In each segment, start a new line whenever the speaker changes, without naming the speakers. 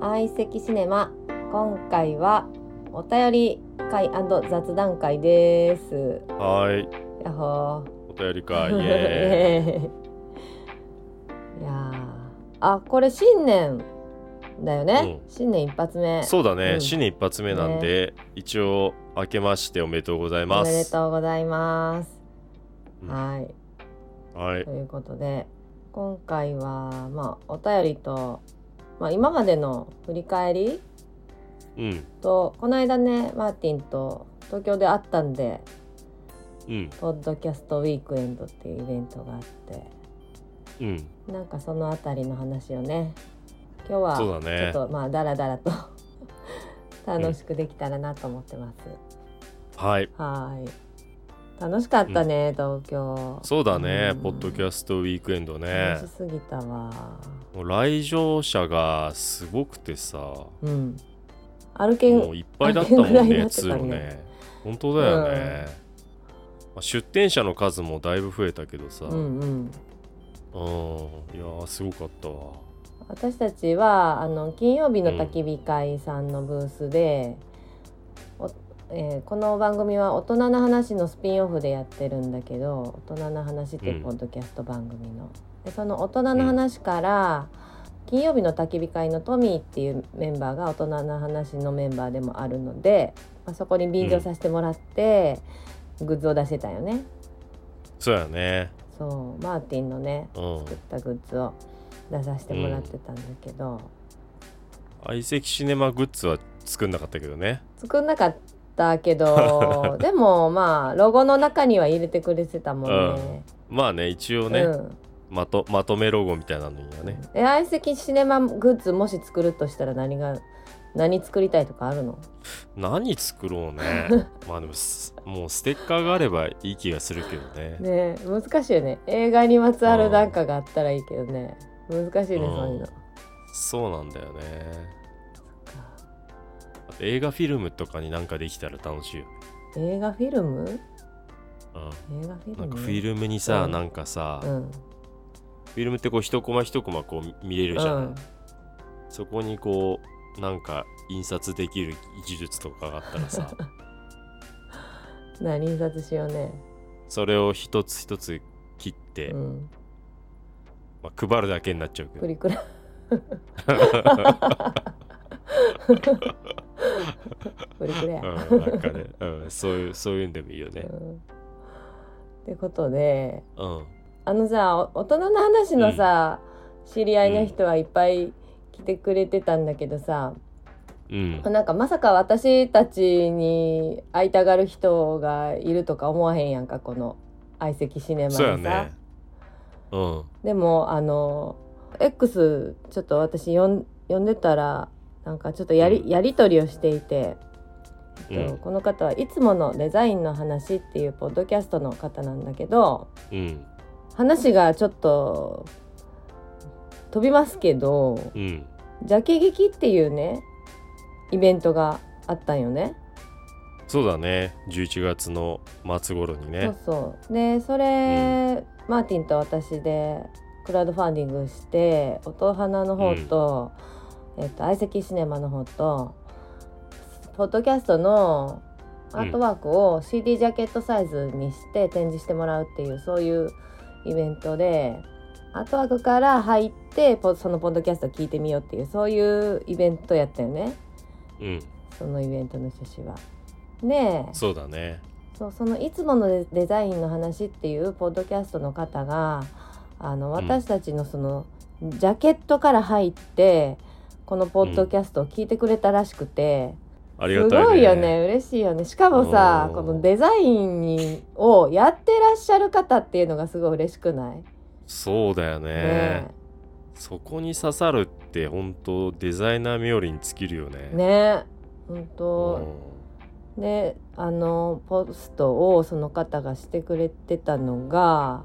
相席シネマ今回はお便り会雑談会です
はーい。
やっほー
お便 り会。イ
イ
エ
エ ーイいやーあこれ新年だよね、
うん
新年一発目
ーイそうだね、
うん
新年一発目なんで、一応明けましておめでとうござい
お
ます。
めでとうございます、
うん
はい
はい
と。いうことで今回はまあお便りと、まあ、今までの振り返り
うん
とこの間ねマーティンと東京で会ったんで
うん
ポッドキャストウィークエンドっていうイベントがあって
うん。
なんかそのあたりの話をね今日はち
そ
ょ
うだね
っとまあダラダラと 楽しくできたらなと思ってます。
はい。
はーい楽しかったね、東京
そうだね、
ん
ポッドキャストウィークエンドね
楽し。すぎたわ
もう来場者がすごくてさ、も
うん歩けん
ういっぱいだった
あ
も
れ
ん
ぐらいにな
ね、
ってた
通
ね
路ね。本当だよね。まあ出店者の数もだいぶ増えたけどさ、
う
うん、
んうん
いやーすごかったわ。
私たちはあの金曜日の焚き火会さんのブースで、おえーこの番組は「大人の話」のスピンオフでやってるんだけど「大人の話」っていうポッドキャスト番組の。でその「大人の話」から、金曜日の焚き火会のトミーっていうメンバーが「大人の話」のメンバーでもあるので、まあ、そこに便乗させてもらって、グッズを出してたよね。
そうやね。
そうマーティンのね
うん
作。ったグッズを出させてもらってたんだけど。
相席シネマグッズは作んなかったけどね
作んなかったけ どでもまあロゴの中には入れてくれてたもんね。
まあね一応
うん
ね、まとまとめロゴみたいなのにはね
え相席シネマグッズもし作るとしたら何が何作りたいとかあるの
何作ろうね まあでもすもうステッカーがあればいい気がするけどね
ねえ難しいよね映画にまつわるなんかがあったらいいけどね難しいね
うん
そういうの。
そうなんだよねあと映画フィルムとかになんかできたら楽しいよね、
映画フィルム映
う
画フィルム
ん、なんかフィルムにさ、
うん
なんかさ、
うん
フィルムってこう一コマ一コマこう見れるじゃ、
うんん
そこにこうなんか印刷できる技術とかがあったらさ
何印刷しようね。
それを一つ一つ切って、
うん
まあ、配るだけになっちゃう
プ
けど
リクラプリクラや。
うん、なんかね、うん、そういうそういうんでもいいよね。
うんってことで
うん、
あのさお大人の話のさ、知り合いの人はいっぱい来てくれてたんだけどさ、
うん、
なんかまさか私たちに会いたがる人がいるとか思わへんやんかこの相席シネマに
そう
さ、
やね。うん、
でもあの X ちょっと私よん呼んでたらなんかちょっとやり,、
うん
やり取りをしていて、
う
えっと
ん、
この方はいつものデザインの話っていうポッドキャストの方なんだけど
うん、
話がちょっと飛びますけど
うん、
ジャケ劇っていうねイベントがあったんよね。
そうだね。11月の末頃に
そう
ね。
そうでそれ、マーティンと私でクラウドファンディングして音花の方と、えっと、相席シネマの方とポッドキャストのアートワークを CD ジャケットサイズにして展示してもらうっていうそういうイベントでアートワークから入ってポそのポッドキャストを聞いてみようっていうそういうイベントやったよね
うん、
そのイベントの趣旨は。で
そうだね。
そうそのいつものデデザインの話っていうポッドキャストの方があの私たちのその、ジャケットから入ってこのポッドキャストを聞いてくれたらしくて、
あり
す
がたい、ね。
ごいよね。嬉しいよねしかもさ
うん
このデザインにをやってらっしゃる方っていうのがすごい嬉しくない、ね
そうだよね。
え
そこに刺さるって本当デザイナー冥利に尽きるよね。
ねえ本
うん。
当、であのポストをその方がしてくれてたのが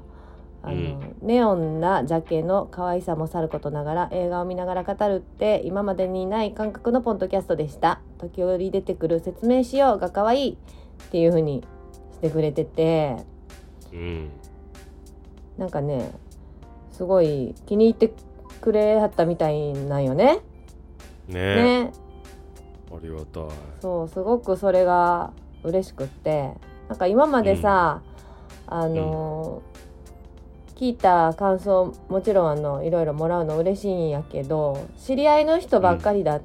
あの、
うん
ネオンなジャケの可愛さもさることながら映画を見ながら語るって今までにない感覚のポッドキャストでした時折出てくる説明しようが可愛いっていう風にしてくれてて
うん。
なんかねすごい気に入ってくれはったみたいなんよね
ね
ね
ありがたい
そうすごくそれが嬉しくってなんか今までさ、あのー聞いた感想もちろんあのいろいろもらうの嬉しいんやけど知り合いの人ばっかりだっ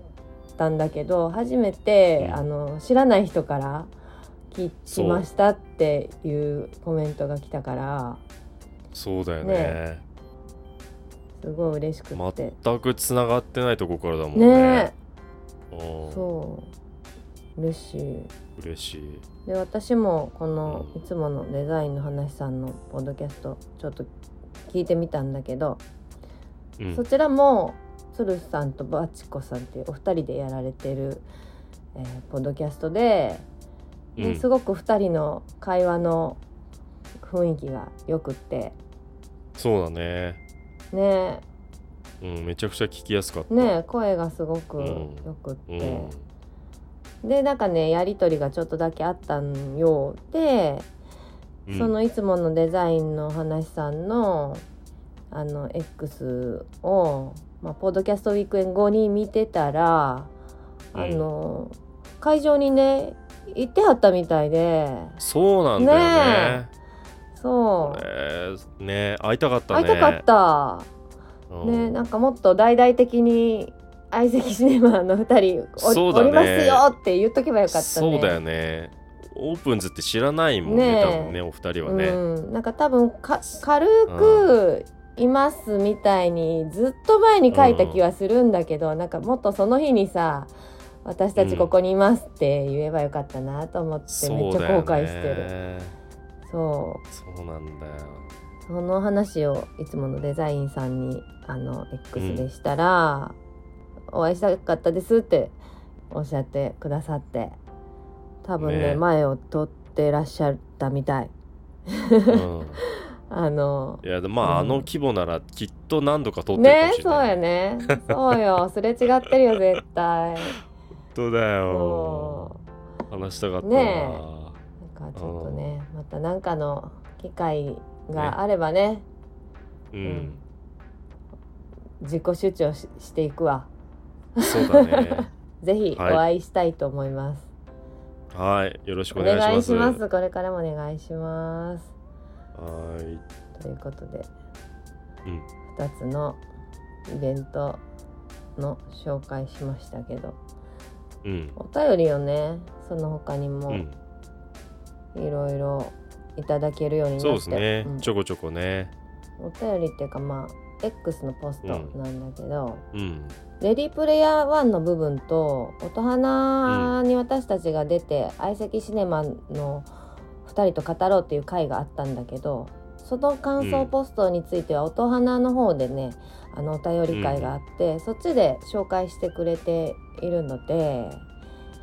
たんだけど、初めて、
うん
あの知らない人から聞きましたっていうコメントが来たから
そうだよ
ね
ね
すごい嬉しくって。
全く繋がってないとこからだもん
ね
ねうん
そう嬉しい。
嬉しい
で私もこの
う
いつものデザインの話さんのポッドキャストちょっと聞いてみたんだけど、
うん
そちらもつるさんとバチコさんっていうお二人でやられてる、えーポッドキャストで
う
で
ん
すごく二人の会話の雰囲気がよくって
そうだね
ね
うんめちゃくちゃ聞きやすかった
ね声がすごく
うん
よくっ
うん
て、でなんかねやり取りがちょっとだけあったんようで
うん
そのいつものデザインの話さんのあの X を、まあ、ポッドキャストウィークエン後に見てたら、
うん
あの会場にね行ってはったみたいで
そうなんだよ
ね
ね
そ
こ
う、
れね会いたかった
会い
ね
たかった、
た
ねなんかもっと大々的に相席シネマの2人お,、
そうだ
お
ね
りますよって言っとけばよかったね
そうだよねオープンズって知らないもんね
ねえ
多分ねお二人はね、
うん、なんか多分か軽くいますみたいにずっと前に書いた気はするんだけど、なんかもっとその日にさ私たちここにいますって言えばよかったなと思ってめっ
そう
ち
だ
ゃ
よね
後悔してるそう,、
そうなんだよ
その話をいつものデザインさんにあの X でしたら、お会いしたかったですっておっしゃってくださって多分ね
ね
前を通ってらっしゃったみたい
うん
あの
いやまあ、
うん
あの規模ならきっと何度か撮ってるか
ね
もしれ
そう
ない
やねそう よすれ違ってるよ絶対
本当だよ
そ
話したかった
ねう
な
なんかちょっとねまたなんかの機会があればね
うん
自己主張ししていくわ
そう だね
ぜひお
はい
会いしたいと思います、
はいよろしく
お
お願いし
願
ま
いし
す
ますこれからもお願いします
は
ということで、
うん
2つのイベントの紹介しましたけど
いうん
お便りをねその他にも
うん
いろいろいただけるようになって、
そうですね、
うん
ちょこちょこね
お便りっていうかまあ X のポストなんだけど
うん
「レディープレイヤー1」の部分と音花に私たちが出て相席シネマの2人と語ろうっていう回があったんだけどその感想ポストについては音花の方でねあのお便り会があって、そっちで紹介してくれているので、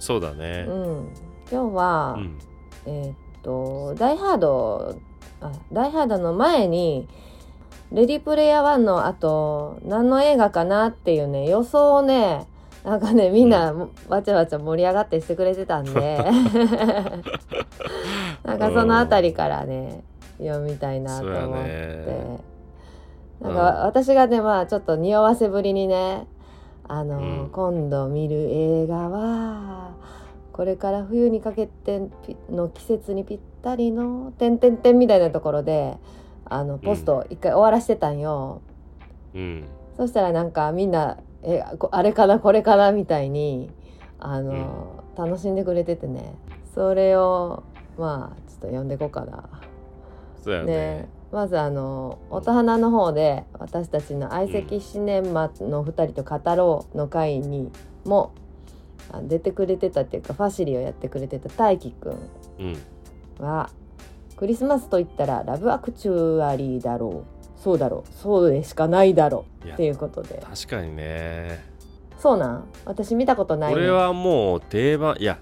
そうだ
う
ね
ん、今日は、
うん
えーっと「ダイ・ハード」あ「ダイ・ハード」の前に「レディ・プレイヤー1」のあと何の映画かなっていうね予想をねなんかねみんなわちゃわちゃ盛り上がってしてくれてたんで なんかそのあたりからね読みたいなと
そう
思
や
って、
ね
な
うんん
か私がねまあちょっと匂わせぶりにねあの、
うん
今度見る映画はこれから冬にかけてぴの季節にぴったりの「てんてんてん」みたいなところであのポストを一回終わらしてたんよ、
うん
そしたらなんかみんな「えこあれかなこれかな」みたいにあの、楽しんでくれててねそれをまあちょっと読んでこうかな。
そうやね
ね、まずあの音花の方で私たちの相席シネマの2人と語ろうの会にもあ出てくれてたっていうかファシリをやってくれてた大輝くん
うん
はクリスマスといったらラブアクチュアリーだろうそうだろうそうでしかないだろ
いうや
っていうことで
確かにね
そうなん私見たことない
これはもう定番いや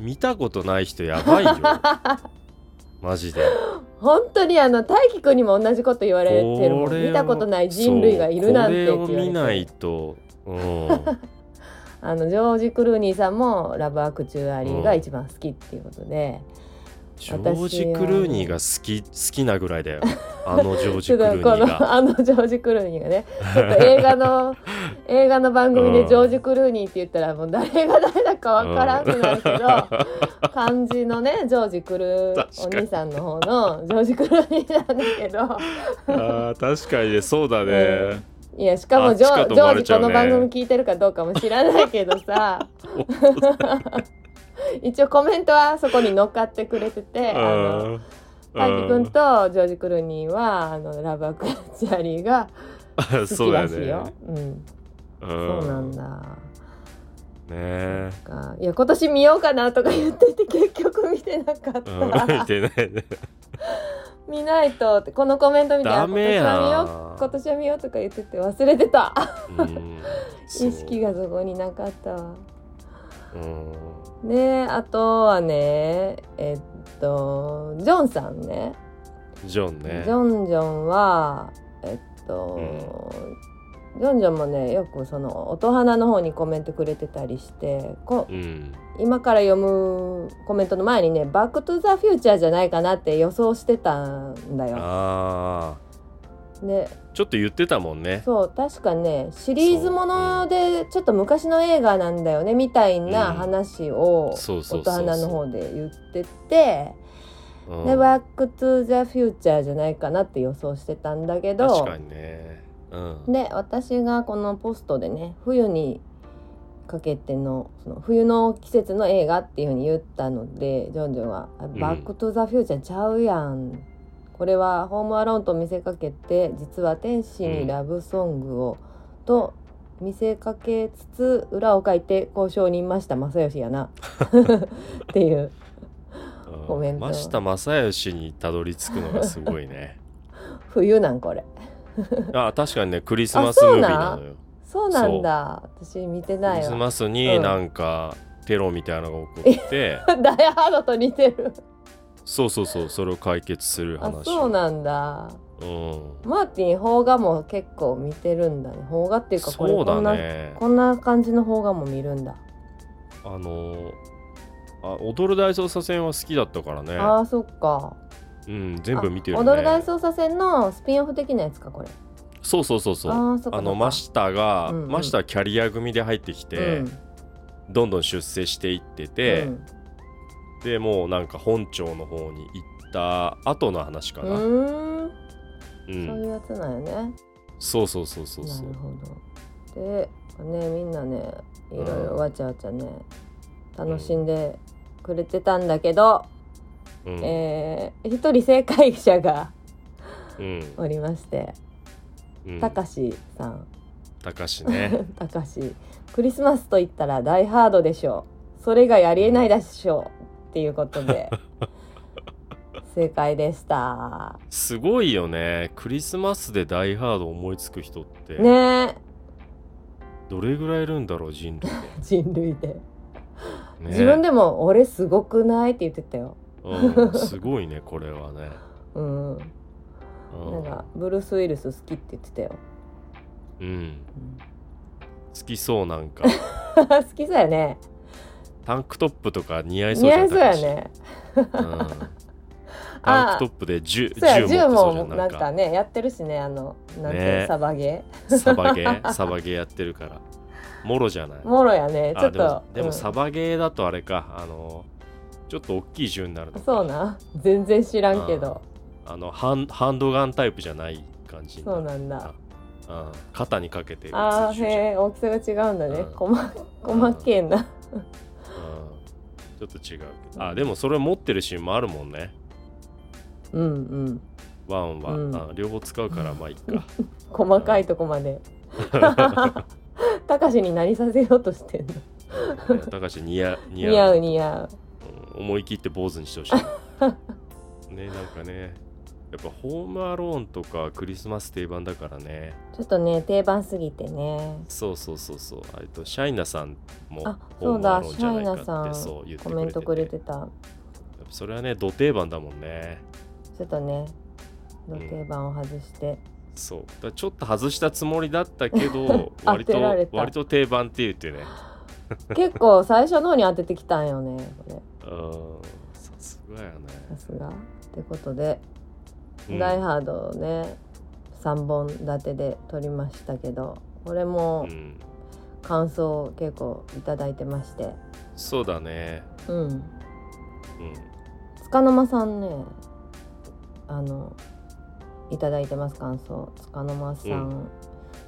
見たことない人やば いよマジで
本当にあの大輝くんにも同じこと言われてるも
こ
ん
れは
見たことない人類がいるなんてって
そう
言わ
こ
れて
れを見
る
ないと、うん、
あのジョージ・クルーニーさんも「ラブ・アクチュアリー」が一番好きっていうことで、
ジョージ・クルーニーが好き好きなぐらい だよあのジョージ・
ちょ
ク
っと
ルー
こ
ニー
の
が
あのジョージ・クルーニーがねちょっと映画 の映画の番組でジョージ・クルーニーって言ったらもう誰が誰だかわからんくなるけど、漢字のねジョージ・クルーお
確かに
兄さんの方のジョージ・クルーニーなんだけど
あー確かにねそうだね、
うんいやしかもジ
あっち
ョ
かと
ジ
思
ョ
わ
ー
れ
ジ
ちゃ
こ
う
の
ね
番組聞いてるかどうかも知らないけど さ一応コメントはそこに乗っかってくれてて。あの
うん
大輝くんとジョージ・クルーニーはあのラブ・アクチャリーが
う
好
んそ
き
う
ら
だよ
しい
ね
よ。うん、
そ
そうなん
ね
だ。
え
かいや今年見ようかなとか言って て結局見てなかっ
うん
た。
見てないね
見ないとってこのコメント見てあ
ダ
今
メ
年
やん
は見よう今年は見ようとか言ってて忘れてた。
うん そう
意識がそこになかったわ。
うん
ねあとはねえっとジョンさんね。
ジョンね
ジョンジョンはえっと、ジョンジョンもねよくその音花の方にコメントくれてたりしてこ
うん
今から読むコメントの前にね「バック・トゥ・ザ・フューチャー」じゃないかなって予想してたんだよ。
あ
で
あちょっと言ってたもんね
そう確かねシリーズものでちょっと昔の映画なんだよねみたいな話を
そうそうそう
音
そう
花の方で言ってて「
うん
でバック・トゥ・ザ・フューチャー」じゃないかなって予想してたんだけど
確かにねうん
で私がこのポストでね冬にかけてのその冬の季節の映画っていうふうに言ったのでジョンジョンは「
ん
バック・トゥ・ザ・フューチャーちゃうやん」これはホームアローンと見せかけて実は天使にラブソングを、と見せかけつつ裏を書いて交渉にいました正義や なっていう
うん
コメント
真下正義にたどり着くのがすごいね
冬なんこれ
あ確かにねクリスマスムービーなのよ
そうなんだ私見て
ク
ない
リス
わ
マスに
うん
なんかテロみたいなのが起こって
ダイハードと似てる
そうそうそうそれを解決する
あ
話
そうなんだ
うん
マーティン邦画も結構見てるんだね邦画っていうかこれ
そう
こん
だ
な、
ね
こんな感じの邦画も見るんだ、
あのあ踊る大捜査線は好きだったからね
あーそっか
うん全部見てる
あ
ね
踊る大捜査線のスピンオフ的なやつかこれ
そうそうそうそう
あーそっか
あの
そっか
真下が、
うんうん
真下はキャリア組で入ってきて、
うん
どんどん出世していってて、
うん
でもうなんか本庁の方に行った後の話か
う
な、うん
ーんそういうやつなんよね
そうそうそうそうそう
なるほどでねみんなねいろいろわちゃわちゃね楽しんでくれてたんだけど、
うん
えー一人正解者が
うん
おりまして
うん
たかしさん
たかしね
たかしクリスマスと言ったら「ダイ・ハード」でしょうそれ以外ありえないでしょうっていうこと で正解でした
すごいよねクリスマスで「ダイ・ハード」思いつく人って、
ねえ
どれぐらいいるんだろう人類
人類で、
ね
自分でも「俺すごくない?」って言ってたよ
うん、すごいねこれはね、
うん
うん
なんかブルース・ウィルス好きって言ってたよ、
うん、
うん、
好きそうなんか
好きそうやね
タンクトップとか似合いそう
似
じ
合
ゃん
いそうやね
高橋うんタンクトップで銃
そうや
銃
銃
持ってそ
も
うじゃん
な
なん
んか
か
ねやってるしねあのなんて、
ね
サバゲ
サバ ゲーサバゲーやってるからもろじゃない
ーもろやね
あ
ちょっ
でも
と
でも
う
サ
ん
バゲーだとあれかあのちょっと大きい銃になるのか
そうなん全然知らんけど
あのハンハンドガンタイプじゃない感じに
そう
る
なんだ
うん、肩にかけて撃つ
あー
銃じゃん
へえ大きさが違うんだね
うん
細細けえな
うん、ちょっと違うけどあでもそれ持ってるシーンもあるもんね
うんうん
ワンは、
うん
あ両方使うからまあいいか
細かいとこま でたかしになりさせようとしてんの
高橋似 合う似
似合
合
う
う
似合
うん思い切って坊主にしてほしい ねなんかねやっぱホームアローンとかクリスマス定番だからね
うちょっとね定番すぎてね
そうそうそうそうあれとシャイナさんも
あ
ホ
そ
ー
う
ムア
だ
ロー
シ
ンじゃ
ャ
な
イ
い
ナさ
かっ
ん
てそう言って
コ
く
メ
れ
ン
て
ト
て
くれてた
やっぱそれはね土定番だもんね
ちょっとね
ん
定番を外して
そうだからちょっと外したつもりだったけ ど
当
割
てられ
と
た
割と定番って言ってね
結構最初の方に当ててきたんよねこれ
うんさすごいよね。
さすがってことで
うん
ダイハードをね、3本立てで撮りましたけどこれも
うん、
感想結構いただいてまして
そうだね。
うん
うん、
束の間さんねあのいただいてます感想束の間さん、
う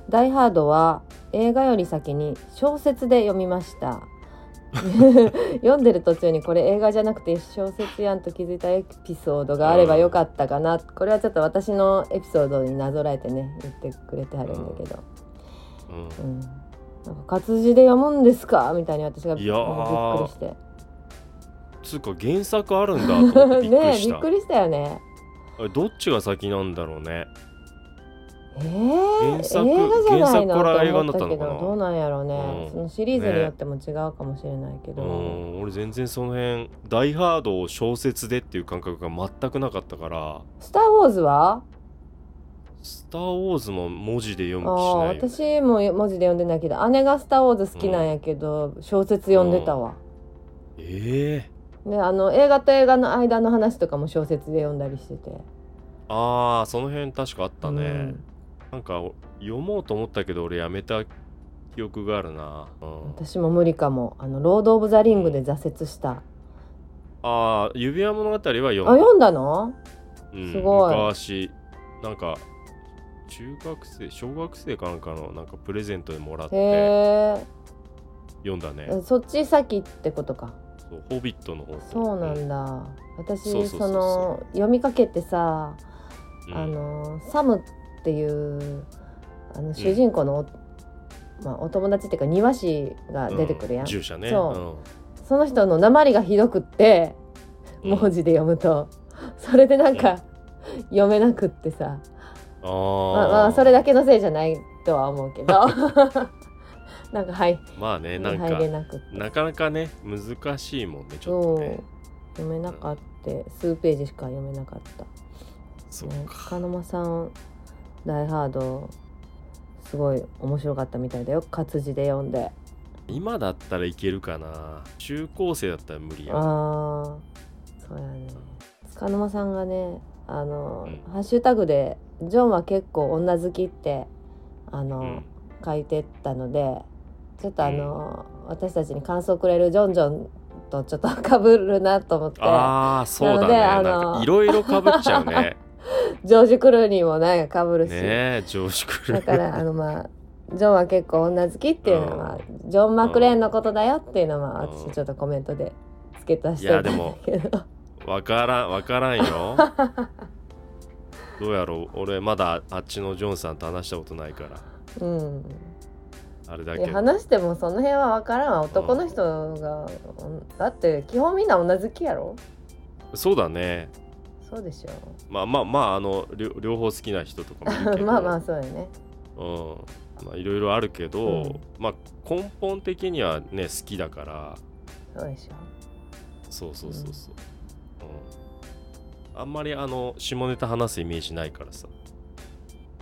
ダイハードは映画より先に小説で読みました 読んでる途中にこれ映画じゃなくて小説やんと気づいたエピソードがあればよかったかな、これはちょっと私のエピソードになぞらえてね言ってくれてはるんだけど、
うん、
うん、なんか活字で読むんですかみたいに私がび
いやー
びっくりして
つうか原作あるんだと思ってび っく
ね
り
え
し
び
た。
っくりしたよね
あれどっちが先なんだろうね。
えー、
原作
映画じゃないの
原作から
と
映画に
思
な
っ
った
た
の
け
か
ど
な
どうなんやろうね、
うん
そのシリーズによっても違うかもしれないけ
う
ど、
ん、俺全然その辺「ダイ・ハード」を小説でっていう感覚が全くなかったから
スター・ウォーズは
「スター・ウォーズ」も文字で読
あ
む気
ー
しないよね
私も文字で読んでないけど姉が「スター・ウォーズ」好きなんやけど、小説読んでたわ、
ええ
であの映画と映画の間の話とかも小説で読んだりしてて
ああその辺確かあったね、
うん
なんか読もうと思ったけど俺やめた記憶があるな、うん、
私も無理かも「あのロード・オブ・ザ・リング」で挫折した、
ああ指輪物語は読ん
あ
だ
読んだの
うん
すごい
昔なんか中学生小学生かなんかのなんかプレゼントでもらって
へ
読んだね
えそっち先ってことか
そうホビットの方
そうな
だ、
んだ私
そうそうそうそう
その読みかけてさ
うん
あのサムっていうあの主人公のお,、まあ、お友達っていうか庭師が出てくるやん、
うん従者ね
そその人の訛りがひどくって
うん
文字で読むと、それでなんか、読めなくってさ
あ
まあ
ー
まあそれだけのせいじゃないとは思うけど なんかはい
まあねなん
入
か
れなくって
なかなかね難しいもんねちょっと
そう
ね
読めなかって数ページしか読めなかった。
そ
ね
う、か
鹿沼さん「ダイ・ハード」すごい面白かったみたいだよ活字で読んで
今だったらいけるかな中高生だったら無理や
ああそうやね鹿沼さんがねあの、
うん
ハッシュタグで「ジョンは結構女好き」ってあの、
うん
書いてったのでちょっとあの、私たちに感想くれるジョンジョンとちょっとかぶるなと思って
ああそうだね
なのであの
なんかいろいろかぶっちゃうね
ジョージ・クルーニーもねかぶるし。
ねえ常識
だからあのまあジョンは結構女好きっていうのは、まあジョン・マクレーンのことだよっていうのは、まあ
うん
私ちょっとコメントで付け足してたんだけど
わからんわからん よどうやろう俺まだあっちのジョンさんと話したことないから
うん
あれだ
い
け
や
ど
話してもその辺は分からんわ男の人が、だって基本みんな女好きやろ
そうだね
そうでし
まあまあまああの両両方好きな人とかもいるけ
ょ
ど
まあまあそうよね
うんまあいろいろあるけど、
うん
まあ根本的にはね好きだから
そうでしょ
そうそうそうそう、うんあんまりあの下ネタ話すイメージないからさ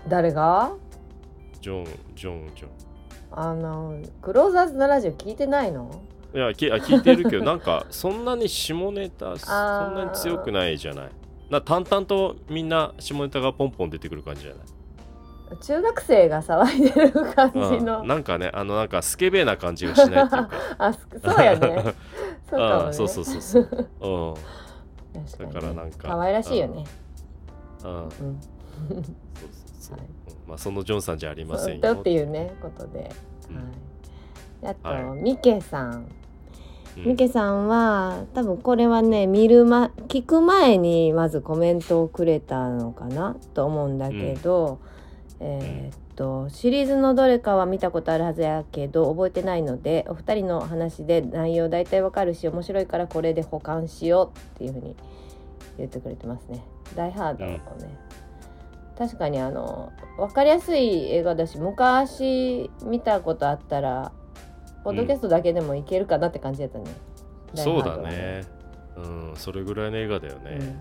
誰が
ジョンジョンジョン
あのクローザーズのラジオ聞いてないの
いやきあ聞いて るけどなんかそんなに下ネタそんなに強くないじゃないな淡々とみんな下ネタがポンポン出てくる感じじゃない
中学生が騒いでる感じの、
うん、なんかねあのなんかスケベな感じがしないっていうか
あそ そう やねそうかも
う
ね
んそうそうそ うそう、うん、
確
だ
に
からなんか
可愛らしいよね、
うん
うん
そうそうそう
はい
まあそのジョンさんじゃありま
そ
せ
うんだ
よ
っていうねことで、
うん
はい、あと、
は
ミケさん、
うん
ミケさんは多分これはね見る、ま、聞く前にまずコメントをくれたのかなと思うんだけど、えーっとシリーズのどれかは見たことあるはずやけど覚えてないのでお二人の話で内容大体わかるし面白いからこれで保管しようっていうふうに言ってくれてますね。ダイハードをね、確かにあの分かりやすい映画だし昔見たことあったらポッドキャストだけでもいけるかなって感じだったね、
そ
ダ
う
イハ
だ
ードは
ねうんそれぐらいの映画だよ
うん
ね、うん
と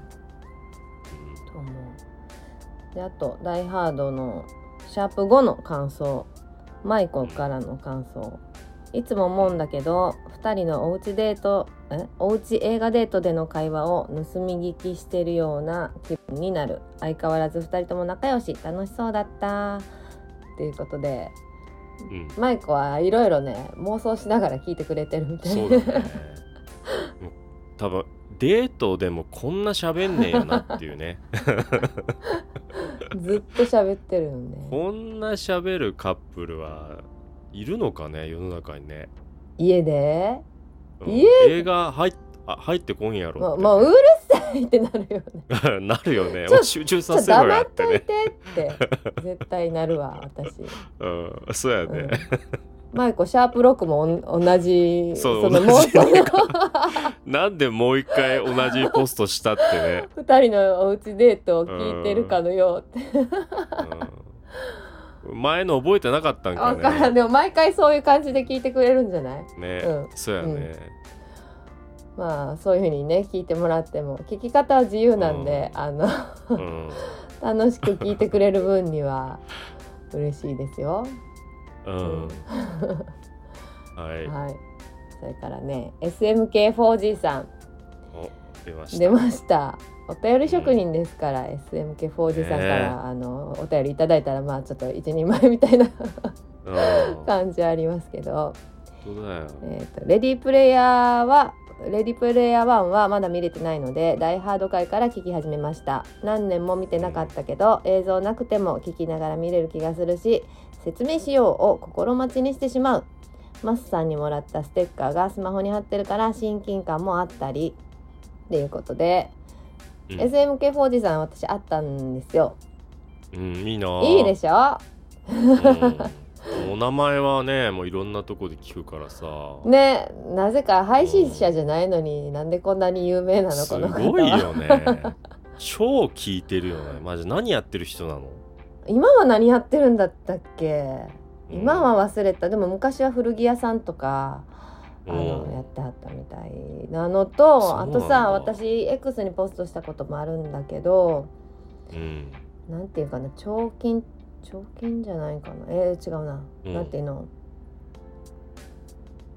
思うであと「ダイ・ハード」のシャープ5の感想マイコからの感想、いつも思うんだけど2人のおうちデートえおうち映画デートでの会話を盗み聞きしてるような気分になる相変わらず2人とも仲良し楽しそうだったっていうことで
うん、
マイコはいろいろね妄想しながら聞いてくれてるみたい
そうだね もう多分デートでもこんな喋んねえよなっていうね
ずっと喋ってるよね
こんな喋るカップルはいるのかね世の中にね、
家で
うん
いえ
映画入っあ入ってこんや
も
ろっ
う
て
もううるさいってなるよね
なるよね
ちょ
集中
ちょ
さ
っと
せろ
黙
や
っ
って
とい
ね
てって 絶対なるわ私、
うんそうや
うん
ね、、
マイコシャープロックもおん同じ
そう
の
同じ
妄想の
なんでもう一回同じポストしたってね、
二人のおうちデートを聞いてるかのようって
うん、前の覚えてなかったんか
分から
ね
んでも毎回そういう感じで聞いてくれるんじゃない
ね、
うん
そうやね、
まあそういうふうにね聞いてもらっても聞き方は自由なんで、あの
うん
楽しく聞いてくれる分には嬉しいですよ。
うん、はい、
はい、それからね SMK4G さん
お出ました
出ましたお便り職人ですから、SMK4G さんから、
ねえ
あのお便りいただいたらまあちょっと一人前みたいな
うん
感じはありますけど、
本当だよ
えー、とレディープレイヤーはレディープレイヤー1はまだ見れてないのでダイハード回から聞き始めました何年も見てなかったけど映像なくても聞きながら見れる気がするし説明しようを心待ちにしてしまうマスさんにもらったステッカーがスマホに貼ってるから親近感もあったりっていうことで、
うん
SMK4G さん私会ったんですよ
うんいいない
いで
し
しょ
ょお名前はねもういろんなとこで聞くからさ、
ねなぜか配信者じゃないのになんでこんなに有名なの
す
この方は
ごいよね超聞いてるよねマジ何やってる人なの
今は何やってるんだったっけ
うん
今は忘れたでも昔は古着屋さんとかあ
う
の
ん
やってはったみたいなの
そう
と
な
あ
んだ
とさ私 X にポストしたこともあるんだけど
うん
なんていうかな彫金彫金じゃないかなえー、違うな、
うん
なんていうの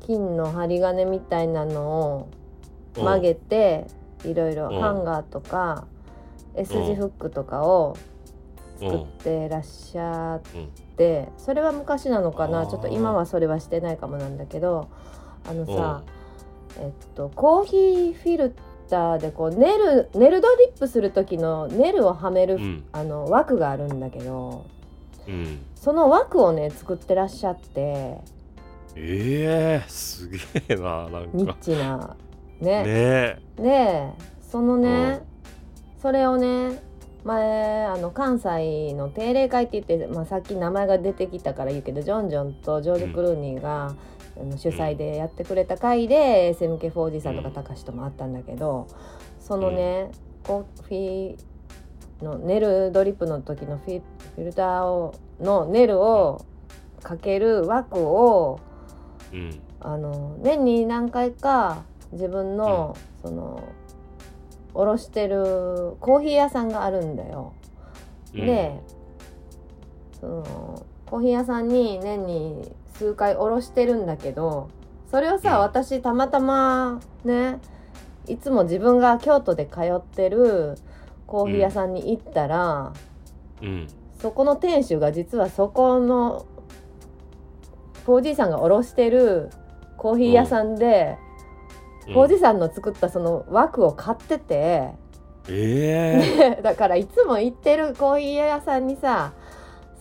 金の針金みたいなのを曲げていろいろ
うん
ハンガーとか S 字フックとかを作ってらっしゃってそれは昔なのか
あ
な
ー
ちょっと今はそれはしてないかもなんだけどあの
うん
さえっとコーヒーフィルターでこうネルネルドリップする時のネルをはめる、
うん
あの枠があるんだけど
うん
その枠をね作ってらっしゃって
ええすげえななん
ニ
か
ッチな
ね
ね
え
でそのね、それをね前あの関西の定例会って言って、まあ、さっき名前が出てきたから言うけどジョンジョンとジョージ・クルーニーが、あの主催でやってくれた会で、SMK4G さんとか
うん
たかしともあったんだけどそのね、コーヒーのネルドリップの時のフィフィルターをのネルをかける枠を
うん
あの年に何回か自分の、そのおろしてるコーヒー屋さんがあるんだよ。
うん
でそのコーヒー屋さんに年に数回おろしてるんだけどそれをさ、
うん
私たまたまねいつも自分が京都で通ってるコーヒー屋さんに行ったら、
うん
そこの店主が実はそこの 4G さんが卸してるコーヒー屋さんで、
うん
4G さんの作ったその枠を買ってて、
え
だからいつも行ってるコーヒー屋さんにさ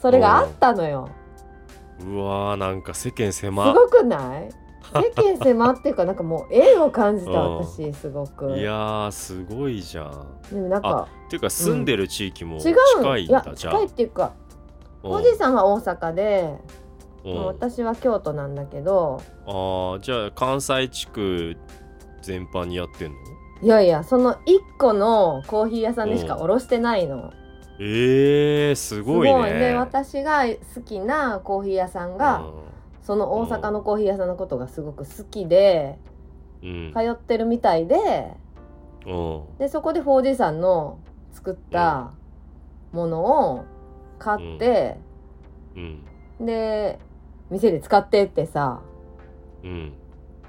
それがあったのよ。
えうわーなんか世間
す
狭
ごくない世間狭っていうかなんかもう縁を感じた私すごく。
い
で
やーすごいじゃん
もなんか
っていうか住んでる地域も
違う
近いん
い
だ、
や
じゃあ
近いっていうか
うん
4G さんは大阪で、
うん
私は京都なんだけど。
あーじゃあ関西地区全般にやってんの
いやいやその1個のコーヒー屋さんでしか
うん
卸してないの、
えー、すごいね
で私が好きなコーヒー屋さんが、その大阪のコーヒー屋さんのことがすごく好きで
うんうん
通ってるみたいで
うん
でそこで 4G さんの作ったものを買って、
うん
で店で使ってってさ
うん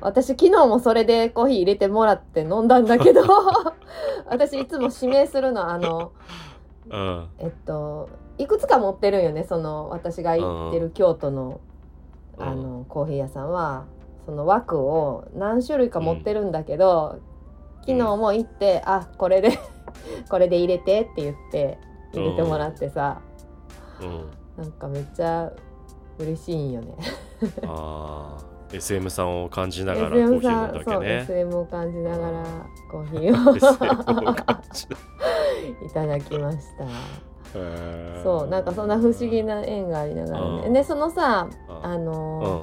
私昨日もそれでコーヒー入れてもらって飲んだんだ けど私いつも指名するのあの
うん
えっといくつか持ってるんよねその私が行ってる京都の
うん
あのコーヒー屋さんはその枠を何種類か持ってるんだけど、昨日も行って「あこれで これで入れて」って言って入れてもらってさ、
うん
なんかめっちゃ嬉しいんよね。
あー SM さんを感じながらコー
SM
ヒ
さん
ー飲んだ
そ
わ
う
けね
SM を感じながらコーヒ
SM を
ーを
感じなが
いただきました。
らへ ー
そうなんかそんな不思議な縁がありながら
う
ね。
ん
でそのさ
あ
あのー
うん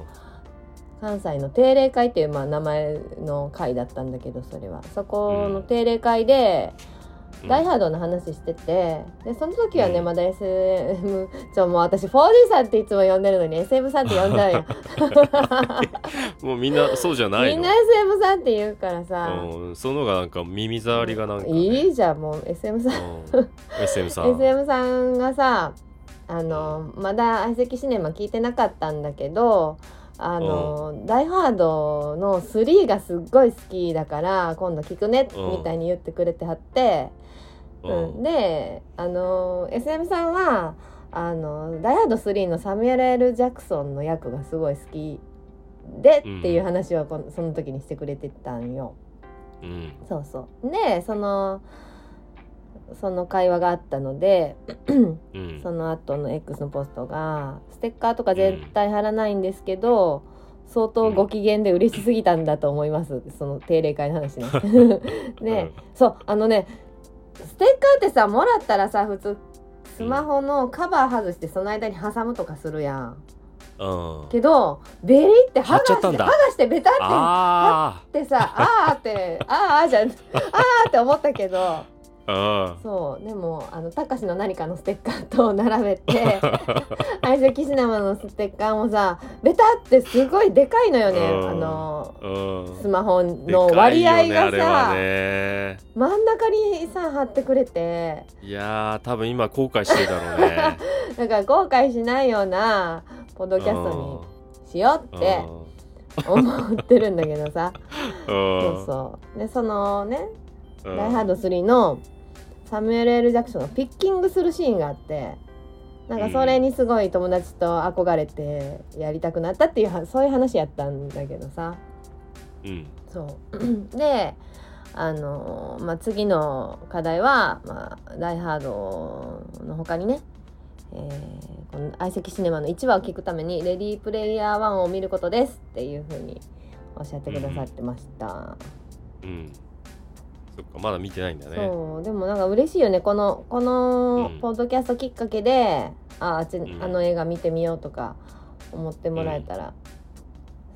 関西の定例会っていう、まあ、名前の会だったんだけどそれはそこ
う
の
ん
定例会で「
うん
ダイハード」の話しててでその時はね、
うん
まだ SM ちょもう私 4D さんっていつも呼んでるのに SM さんって呼ん じゃうよ
もうみんなそうじゃない
みん
の
な SM さんって言うからさ、
うん、その方がなんか耳障りがなんかね、
いいじゃんもう SM さん
うん SM さん
SM さんがさあのまだ相席シネマ聞いてなかったんだけど「あのダイ・ハード」の3がすっごい好きだから今度聞くね
うん
みたいに言ってくれてはって、
う
うん
ん
であの SM さんは「あのダイ・ハード3」のサミュエル・ L ジャクソンの役がすごい好きで
うん
っていう話をこのその時にしてくれてたんよ。
うん
そうそうでそのその会話があったので
うん
その後の X のポストがステッカーとか絶対貼らないんですけど、相当ご機嫌で嬉しすぎたんだと思いますその定例会の 話ね。ね、そうあのねステッカーってさもらったらさ普通スマホのカバー外してその間に挟むとかするやん。
うん
けどベリって剥がして
貼っちゃったん
剥
だ
がしてベタって
あ
って さあーってあーあーじゃんあーって思ったけど。
ーあ
そうでもあのたかしの何かのステッカーと並べ て相席シネマのステッカーもさベタってすごいでかいのよね
うん
あの
うん
スマホの割合が
でかいよねあ
さ、
れはね
真ん中にさ貼ってくれて
いやー多分今後悔してるだろうね
なんか後悔しないようなポッドキャストにしようって思ってるんだけどさそうそうでそのね「ダイ・ハード3」のサミュエル・ L ・ジャクションがピッキングするシーンがあってなんかそれにすごい友達と憧れてやりたくなったっていうはそういう話やったんだけどさ
うん
そう であの、まあ、次の課題は「まあ、ダイ・ハード」の他にねえーこの相席シネマの1話を聞くために「レディープレイヤー1」を見ることですっていうふうにおっしゃってくださってました。
うんそっかまだ見てないんだね
そうでもなんか嬉しいよねこのこの
うん
ポッドキャストきっかけで、ああっち、
ん
あの映画見てみようとか思ってもらえたら、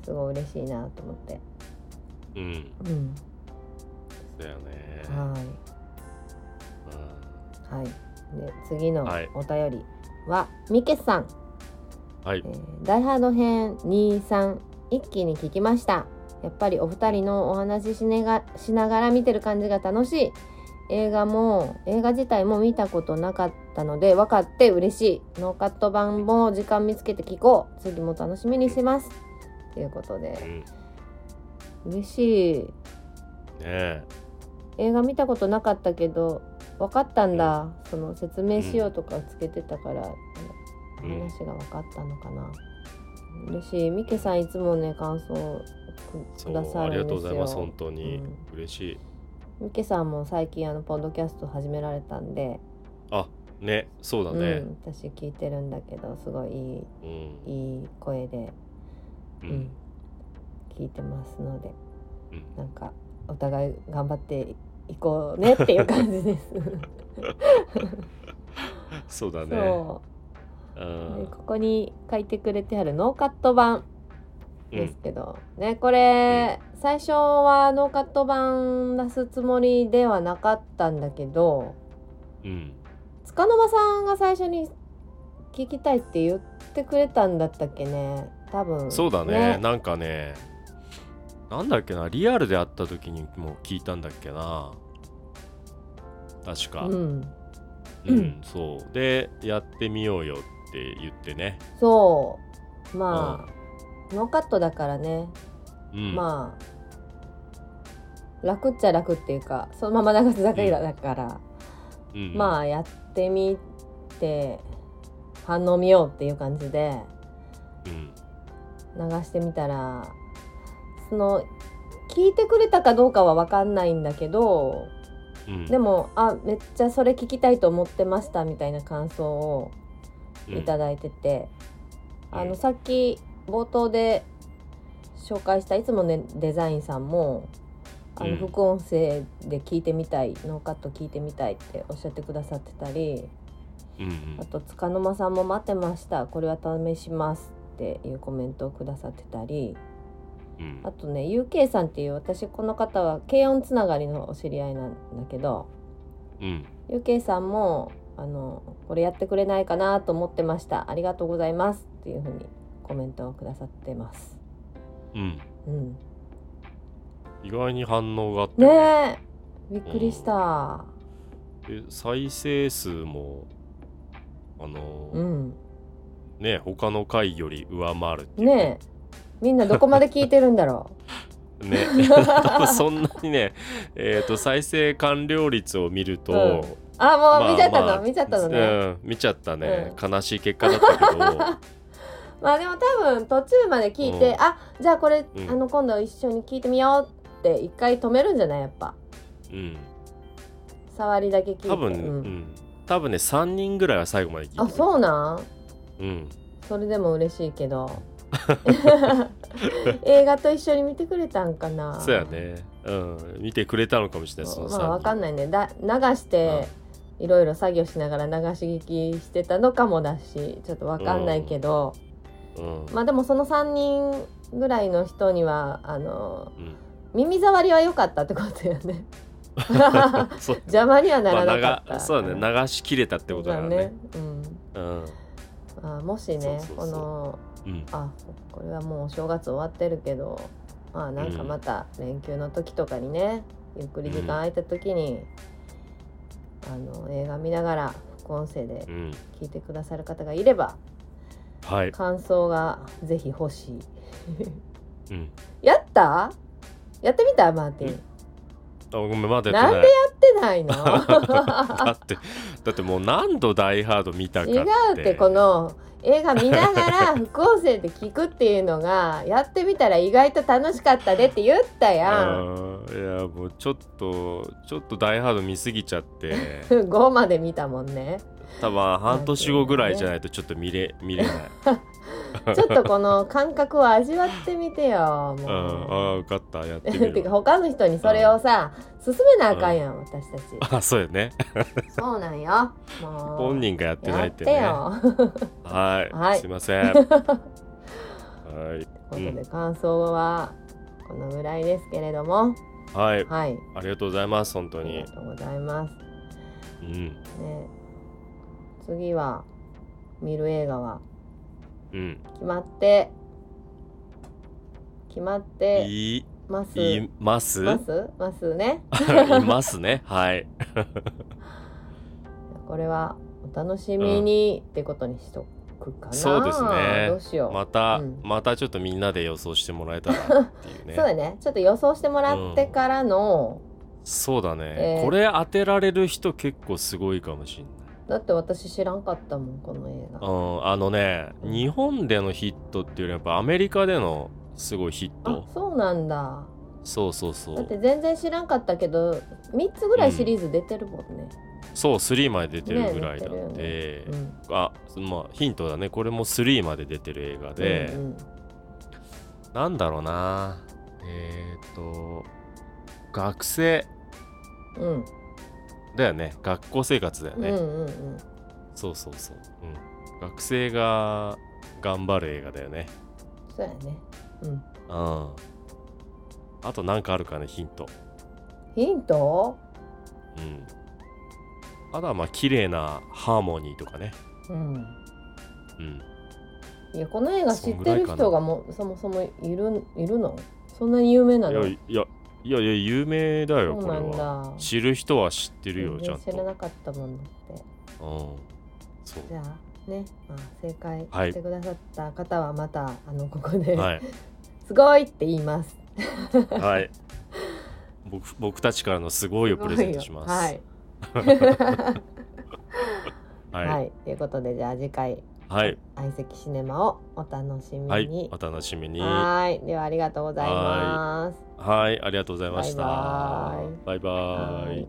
すごい嬉しいなと思って、
うん
うん、
だよね
はい
うん
はいで次の
はい
お便りは、ミケさん、
はい
えーダイハード編23一気に聞きましたやっぱりお二人のお話しし,、ね、がしながら見てる感じが楽しい映画も映画自体も見たことなかったので分かって嬉しいノーカット版も時間見つけて聞こう次も楽しみにしますということ
う
で
んね
嬉しい
え
映画見たことなかったけど分かったんだその説明しようとかつけてたから、
うん
話が分かったのかな嬉しいミケさんいつもね感想をく
そ
くだ
う
さ
あり
る
が
ん
とう
です
ございます本
よ
当に
うん
嬉しい
ミケさんも最近あのポッドキャスト始められたんで、
あねそうだ
う
ね
ん、私聞いてるんだけどすごいい
うん
いいい声で、
う
うんん聞いてますので
うん
なんかお互い頑張っていこうねっていう感じです。
そうだね
そう
う
で
ん
ここに書いてくれてあるノーカット版
う
です
ん
けど、ねこれ、最初はノーカット版出すつもりではなかったんだけど
うん
束の間さんが最初に聞きたいって言ってくれたんだったっけね多分
そうだねなんかねなんだっけなリアルで会った時にも聞いたんだっけな確か、
う
うん
ん、
そうでやってみようよって言ってね
そうまあ、ノーカットだからね
うん
まあ楽っちゃ楽っていうかそのまま流すだけだから、
うん
まあやってみて反応見ようっていう感じで
うん
流してみたらその聞いてくれたかどうかは分かんないんだけど
うん
でもあめっちゃそれ聞きたいと思ってましたみたいな感想を
うん
いただいてて、あ
うん
のさっき冒頭で紹介したいつもねデザインさんもあ
うん
の副音声で聞いてみたい、ノーカット聞いてみたいっておっしゃってくださってたり
うんうん
あと束の間さんも待ってましたこれは試しますっていうコメントをくださってたり
うん
あとね UK さんっていう私この方は軽音つながりのお知り合いなんだけど。
うん
ゆけいさんもあのこれやってくれないかなと思ってましたありがとうございますっていうふうにコメントをくださってます
うん
うん
意外に反応があって
ねえびっくりした
え再生数もあのー
うん
ね他の回より上回るっていう
ねえみんなどこまで聞いてるんだろ
ね多分そんなにねえっ、と再生完了率を見ると、
うんうあも
ま
う
あ
見ちゃったの、
まあ
見ちゃったのね、
うん、見ちゃったね、悲しい結果だった けど
まあでも多分途中まで聞いて、
うん
あじゃあこれ、
うん
あの今度一緒に聞いてみようって一回止めるんじゃないやっぱ
うん
触りだけ聞いて
多分、うん
うん
多分ね3人ぐらいは最後まで聞いて
あそうなん
う、うん、
それでも嬉しいけ ど映画と一緒に見てくれたんかな
そうやね、うん、見てくれたのかもしれないその
まあわかん
ない
ないねだ流していろいろ作業しながら流し聞きしてたのかもだしちょっとわかんないけど、
うん、
まあでもその3人ぐらいの人にはあの
うん
耳障りは良かったってことよ ね
そう
邪魔には な
ま
ら
あ
なか
長
った、
そうだね流し切れたってことだからね
そうだね
うん
うんまあ、もしね
そうそうそう
この
うん
あこれはもうお正月終わってるけどまあなんかまた連休の時とかにね、ゆっくり時間空いた時に、あの映画見ながら副音声で
うん
聞いてくださる方がいれば
はい、
感想がぜひ欲しい
うん、
やったやってみたマーティン
う
や
んあごめんまだ
な
や
んで
って
や
ない
ってない の
だってだってもう何度「ダイ・ハード」見たかって
違うってこの映画見ながら副音声で聞くっていうのがやってみたら意外と楽しかったでって言ったやん
うんいやもうちょっとちょっと「ダイ・ハード」見すぎちゃって
5まで見たもんね
多分半年後ぐらいじゃないとちょっと見れ見れない、
ちょっとこの感覚を味わってみて よ。
うん、あ
も
あ
う。
分かった やってみ
てか
るわ
他の人にそれをさ、勧めなあかんやん、私たち。
あそうよね
そうなんよ。もう。
本人がやってな
や
いっ
ってて
ね
よ。
はい、
はい
すいま せんはい
ということで感想はこのぐらいですけれども、
はい
はい。
ありがとうございます本
あ
当
り
に
が、とうございます。
うん
ね、次は見る映画は
うん、
決まって決まって
いい
ます。
います
ますますね。
いますね はい
これはお楽しみにってことにしとくかな、
そうですね
どうしよう、
また、
うん
またちょっとみんなで予想してもらえたらっていう ね
そうだねちょっと予想してもらってからの、
そうだ
え
ね、
ー
これ当てられる人結構すごいかもしんない
だって私知らんかったもんこの映
う
画
んあのね日本でのヒットっていうよりやっぱアメリカでのすごいヒッ
あ
ト
そうなんだ
そうそうそ
だって
う
全然知らんかったけど3つぐらいシリーズ出てるもんね、
そう3まで出てるぐらいな
ね
ん
出て
で、
うん
あまあヒントだねこれも3まで出てる映画で、
うんうん
なんだろうなえっ、と学生
うん
だよね学校生活だよ
うん
ね、
うんうん
そうそうそう、うん、学生が頑張る映画だよね
そうやねうん
うんあとなんかあるかねヒント
ヒント
うんあとはまあ綺麗なハーモニーとかね
うん
うん
いやこの映画知ってる人がもそもそもいるいるのそんなに有名ないの
やいやいやいや有名だよ
そう
こ
な
れ
ん
は
だ
知る人は知ってるよ
全
ち
然
ゃん
知
と
らなかったもんだって
うんそう
じゃあね、まあ、正解
は い
してくださった方はまた、あのここで、
はい、
すごいって言います
はい 僕僕たちからのすごいをプレゼントします
ごいよはい、
は、
はいい、ということでじゃあ次回
はい
相席シネマをお楽しみに。
は
はいい
お、楽しみに
ではありがとうございます。
はいありがとうございました
バイバーイ
バイバーイ
はい